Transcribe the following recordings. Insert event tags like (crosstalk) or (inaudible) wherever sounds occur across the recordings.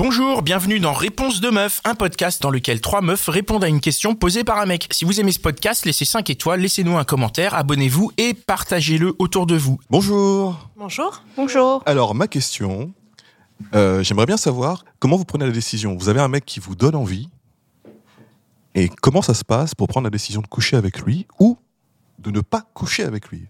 Bonjour, bienvenue dans Réponse de meuf, un podcast dans lequel trois meufs répondent à une question posée par un mec. Si vous aimez ce podcast, laissez 5 étoiles, laissez-nous un commentaire, abonnez-vous et partagez-le autour de vous. Bonjour. Bonjour. Bonjour. Alors ma question, euh, j'aimerais bien savoir comment vous prenez la décision. Vous avez un mec qui vous donne envie et comment ça se passe pour prendre la décision de coucher avec lui ou de ne pas coucher avec lui.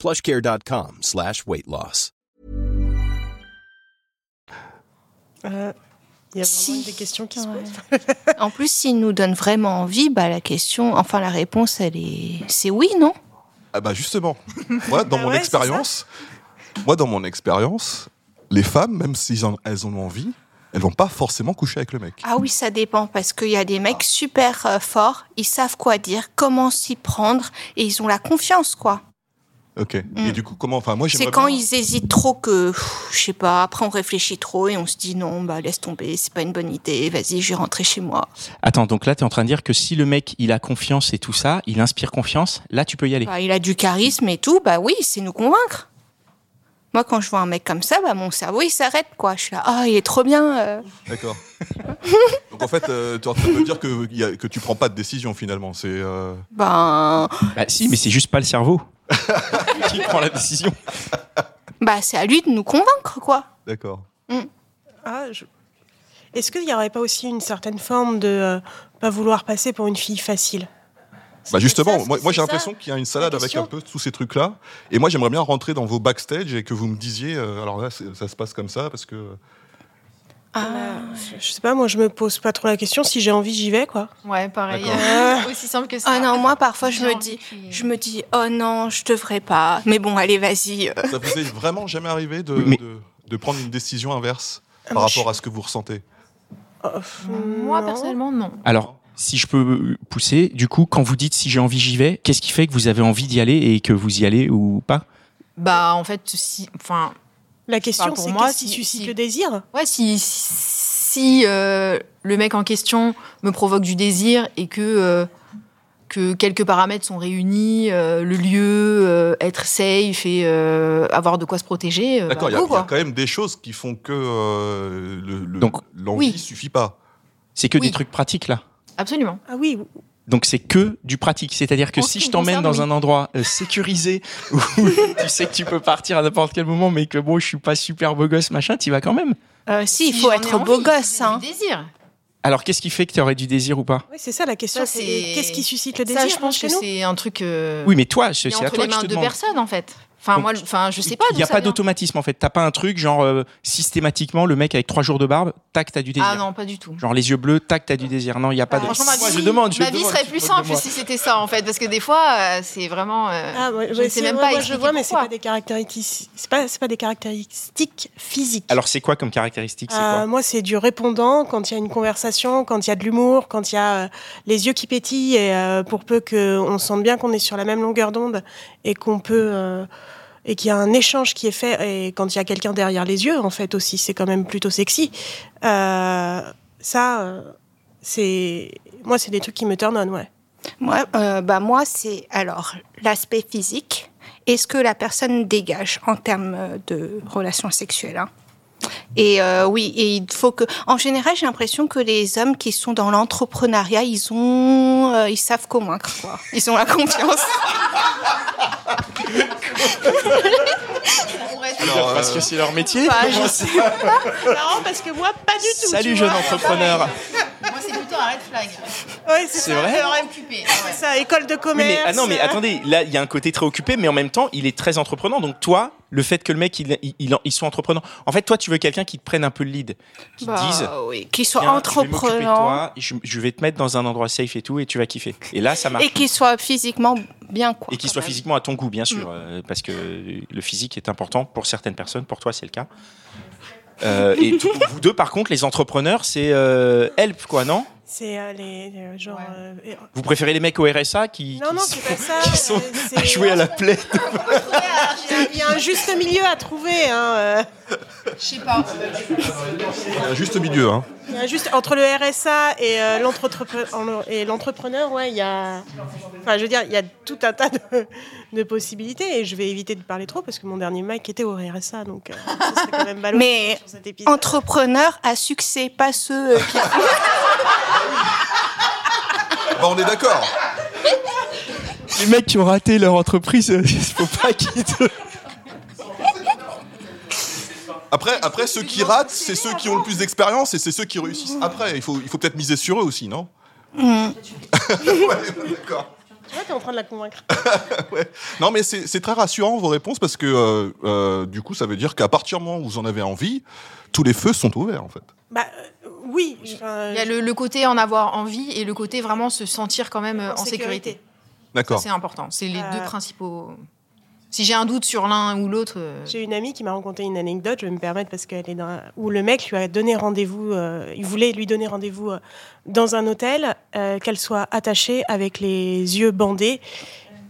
plushcare.com slash weight loss. Euh, Il y a vraiment Si. des questions qui se Ouais. posent. En plus, s'il nous donne vraiment envie, bah, la question, enfin la réponse, elle est, c'est oui, non Ah bah justement, moi dans Ah mon ouais, c'est ça. expérience, moi dans mon expérience, les femmes, même si elles en ont envie, elles vont pas forcément coucher avec le mec. Ah oui, ça dépend parce qu'il y a des mecs super euh, forts, ils savent quoi dire, comment s'y prendre et ils ont la confiance, quoi. Ok. Et du coup comment, enfin moi j'aimerais C'est quand bien- ils hésitent trop que, pff, je sais pas, après on réfléchit trop et on se dit non, bah laisse tomber, c'est pas une bonne idée, vas-y, je vais rentrer chez moi. Attends, donc là, tu es en train de dire que si le mec, il a confiance et tout ça, il inspire confiance, là, tu peux y aller. Bah, il a du charisme et tout, bah oui, c'est nous convaincre. Moi, quand je vois un mec comme ça, bah mon cerveau il s'arrête, quoi. Je suis là, ah, il est trop bien. euh. D'accord. Donc en fait, euh, tu es en train de me dire que, y a- que tu prends pas de décision finalement. C'est euh, Ben, Bah si, mais c'est juste pas le cerveau qui prend la décision. bah c'est à lui de nous convaincre, quoi. d'accord. Ah, je- Est-ce qu'il n'y aurait pas aussi une certaine forme de euh, pas vouloir passer pour une fille facile Bah C'est justement, ça, moi, moi, j'ai c'est l'impression qu'il y a une salade avec question. un peu tous ces trucs-là. Et moi j'aimerais bien rentrer dans vos backstage et que vous me disiez, euh, alors là c'est- ça se passe comme ça parce que... Ah, ça. Je sais pas, moi je me pose pas trop la question. Si j'ai envie, j'y vais quoi. Ouais, pareil. D'accord. euh, aussi simple que ça. Ah non, moi parfois je J'ai me envie, dis, puis- je me dis, oh non, je devrais pas. Mais bon, allez, vas-y. euh. Ça vous est vraiment jamais arrivé de, Oui, mais- de, de prendre une décision inverse par moi, je- rapport à ce que vous ressentez Euh, pff, Moi, non. personnellement, non. Alors, si je peux pousser, du coup, quand vous dites si j'ai envie, j'y vais, qu'est-ce qui fait que vous avez envie d'y aller et que vous y allez ou pas Bah, en fait, si. Enfin, La question Enfin, pour c'est moi, qu'est-ce qui si- suscite si- le désir ouais, si. Si euh, le mec en question me provoque du désir et que. euh, que quelques paramètres sont réunis, euh, le lieu, euh, être safe et euh, avoir de quoi se protéger. euh, D'accord, il bah, y, a- il go, y a quoi. quand même des choses qui font que euh, le- le- Donc, l'envie oui. suffit pas. C'est que Oui. des trucs pratiques là. bah, Absolument. Ah oui, Donc c'est que du pratique, c'est-à-dire que En ce si qui je me t'emmène concerne, dans oui. un endroit euh, sécurisé (laughs) où tu sais que tu peux partir à n'importe quel moment, mais que bon, je suis pas super beau gosse machin, tu vas quand même. Euh, si, il Si faut j'en ai être beau envie, gosse. j'ai du hein. désir. Alors qu'est-ce qui fait que tu aurais du désir ou pas Ouais, c'est ça la question. Ça, c'est c'est- Qu'est-ce qui suscite le désir Ça, je pense chez que nous c'est un truc. euh, Oui, mais toi, c'est qui est c'est à entre toi les que mains je te de demande. personnes, en fait. Enfin, Donc, moi, je- enfin, je sais pas. Il n'y a d'où ça pas vient. d'automatisme en fait. T'as pas un truc genre euh, systématiquement le mec avec trois jours de barbe, tac, t'as du désir. Ah non, pas du tout. Genre les yeux bleus, tac, t'as du désir. Non, il n'y a pas de. Franchement, ma vie, Moi, Ah, je demande, je ma vie demande, serait tu plus te moques de simple moi. si c'était ça, en fait. Parce que des fois, euh, c'est vraiment. euh, Ah, ouais, je ouais, ne sais c'est- même ouais, pas. moi, je expliquer vois, mais c'est pas pourquoi. des caractéristiques. C'est pas, c'est pas des caractéristiques physiques. Alors c'est quoi comme caractéristique c'est Euh, quoi moi, c'est du répondant quand il y a une conversation, quand il y a de l'humour, quand il y a euh, les yeux qui pétillent, et euh, pour peu qu'on sente bien qu'on est sur la même longueur d'onde et qu'on peut. euh, et qu'il y a un échange qui est fait, et quand il y a quelqu'un derrière les yeux, en fait, aussi, c'est quand même plutôt sexy. Euh, ça, euh, c'est. Moi, c'est des trucs qui me turn on, ouais. Moi, euh, bah moi, c'est alors l'aspect physique et ce que la personne dégage en termes euh, de relations sexuelles. hein. Et euh, oui, et il faut que. En général, j'ai l'impression que les hommes qui sont dans l'entrepreneuriat, ils ont, euh, ils savent convaincre. Quoi. Ils ont la confiance. Alors, Parce que c'est leur métier. Bah, (laughs) je- Non, parce que moi, pas du tout. Salut jeune entrepreneur. Moi, c'est plutôt un red flag. C'est vrai. Occupé. C'est ça, école de Oui, commerce. mais, ah non, mais attendez, là, il y a un côté très occupé, mais en même temps, il est très entreprenant. Donc, toi, le fait que le mec, il, il, il- il soit entrepreneur. En fait, toi, tu veux quelqu'un qui te prenne un peu le lead, qui Bah, te dise. Oh oui, qu'ils soient Tiens, je vais m'occuper de entrepreneurs toi, Je, je vais te mettre dans un endroit safe et tout, et tu vas kiffer. Et là, ça marche. et qu'ils soient physiquement bien. Quoi, Et qu'il quand soit même. physiquement à ton Mm. goût, bien sûr, euh, parce que le physique est important pour certaines personnes, pour toi c'est le cas. Euh, et tout- vous deux, par contre, les entrepreneurs, c'est euh, help, quoi, non C'est euh, les, les- genre. euh, et- Vous préférez les mecs au RSA qui, Non, qui non, se c'est font- pas ça. qui euh, sont c'est- à (laughs) jouer à la plaie Il y a un juste milieu à trouver. hein, euh. Je sais pas. Un juste milieu, hein. Il y a juste entre le RSA et euh, l'entreprepe- en- et l'entrepreneur, ouais, il y a, enfin, je veux dire, il y a tout un tas de, de possibilités et je vais éviter de parler trop parce que mon dernier mic était au RSA, donc euh, ce serait quand même ballot Mais sur cet épisode. Entrepreneur à succès, pas (laughs) ceux euh, qui... Bah, on est d'accord. Les mecs qui ont raté leur entreprise, euh, faut pas qu'ils Après, après ceux qui ratent, c'est ceux qui ont le plus d'expérience et c'est ceux qui réussissent. Après, il faut, il faut peut-être miser sur eux aussi, non Ouais, d'accord. Tu vois, t'es en train de la convaincre. Non, mais c'est c'est très rassurant vos réponses parce que euh, euh, du coup, ça veut dire qu'à partir du moment où vous en avez envie, tous les feux sont ouverts en fait. Bah euh, oui. enfin, Il y a le, le côté en avoir envie et le côté vraiment se sentir quand même euh, en, sécurité. Ça, D'accord. C'est important. C'est les Euh, deux principaux. Si j'ai un doute sur l'un ou l'autre, euh, J'ai une amie qui m'a raconté une anecdote, je vais me permettre parce qu'elle est dans. où le mec lui a donné rendez-vous, euh, il voulait lui donner rendez-vous euh, dans un hôtel, euh, qu'elle soit attachée avec les yeux bandés.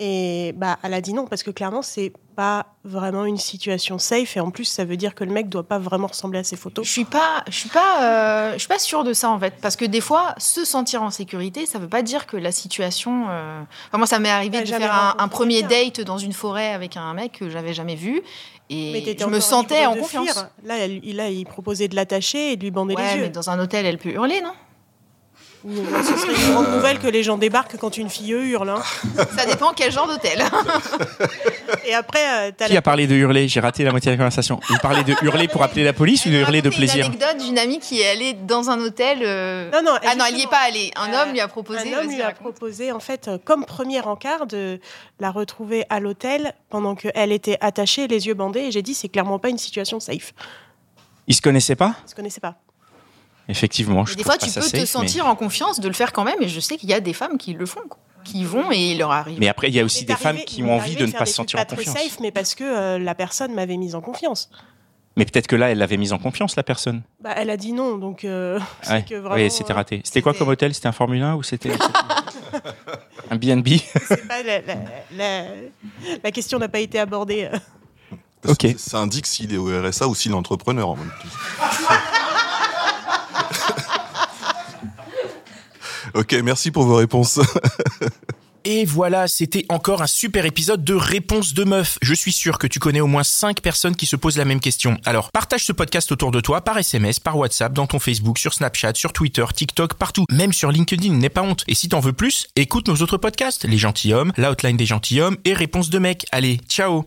Et bah, elle a dit non parce que clairement, c'est pas vraiment une situation safe et en plus, ça veut dire que le mec doit pas vraiment ressembler à ses je photos. suis pas, je suis pas, euh, je suis pas sûre de ça en fait, parce que des fois, se sentir en sécurité, ça veut pas dire que la situation. euh, enfin, moi, ça m'est arrivé T'as de jamais faire un, un rencontré premier quelqu'un. date dans une forêt avec un mec que j'avais jamais vu et t'étais encore je me libre sentais en de confiance. fuir. Là, elle- il- là, il proposait de l'attacher et de lui bander Ouais, les mais yeux. euh, dans un hôtel, elle peut hurler, non Ce serait une grande nouvelle que les gens débarquent quand une fille hurle. (laughs) hein. Ça dépend quel genre d'hôtel. (laughs) Et après, euh, t'as Qui a parlé de hurler J'ai raté la moitié de la conversation. Vous parlez de hurler pour appeler la police ou de Elle m'a hurler de raconté plaisir Une anecdote d'une amie qui est allée dans un hôtel. euh, Non, non, Ah non, elle n'y est justement. pas allée. Un Euh, homme lui a proposé. Un homme vas-y, lui a raconte. proposé, en fait, euh, comme premier encart, de la retrouver à l'hôtel pendant qu'elle était attachée, les yeux bandés. Et j'ai dit, c'est clairement pas une situation safe. Ils se connaissaient pas Je ne connaissais pas. Effectivement, je Mais des trouve fois, pas tu ça peux te safe, mais- sentir en confiance de le faire quand même. Et je sais qu'il y a des femmes qui le font, quoi, qui y vont et il leur arrive. Mais après, il y a aussi Il des est femmes arrivé- qui il ont est envie arrivé de ne faire pas des se trucs sentir en pas très confiance. safe, mais parce que euh, la personne m'avait mise en confiance. Mais peut-être que là, elle l'avait mise en confiance, la personne. Bah, elle a dit non, donc euh, (laughs) c'est Ouais. que vraiment, oui, c'était euh, raté. C'était quoi c'était- comme hôtel C'était un Formule 1 ou (laughs) c'était un BNB c'est pas la, la- la- la question n'a pas été abordée. euh. Parce que Ok. Ça indique s'il est au RSA ou s'il est entrepreneur en même temps. ok, merci pour vos réponses. Et voilà, c'était encore un super épisode de Réponse de Meuf. Je suis sûr que tu connais au moins 5 personnes qui se posent la même question. Alors, partage ce podcast autour de toi par SMS, par WhatsApp, dans ton Facebook, sur Snapchat, sur Twitter, TikTok, partout. Même sur LinkedIn, n'aie pas honte. Et si t'en veux plus, écoute nos autres podcasts, Les Gentilshommes, La Hotline des Gentilshommes et Réponse de Mec. Allez, ciao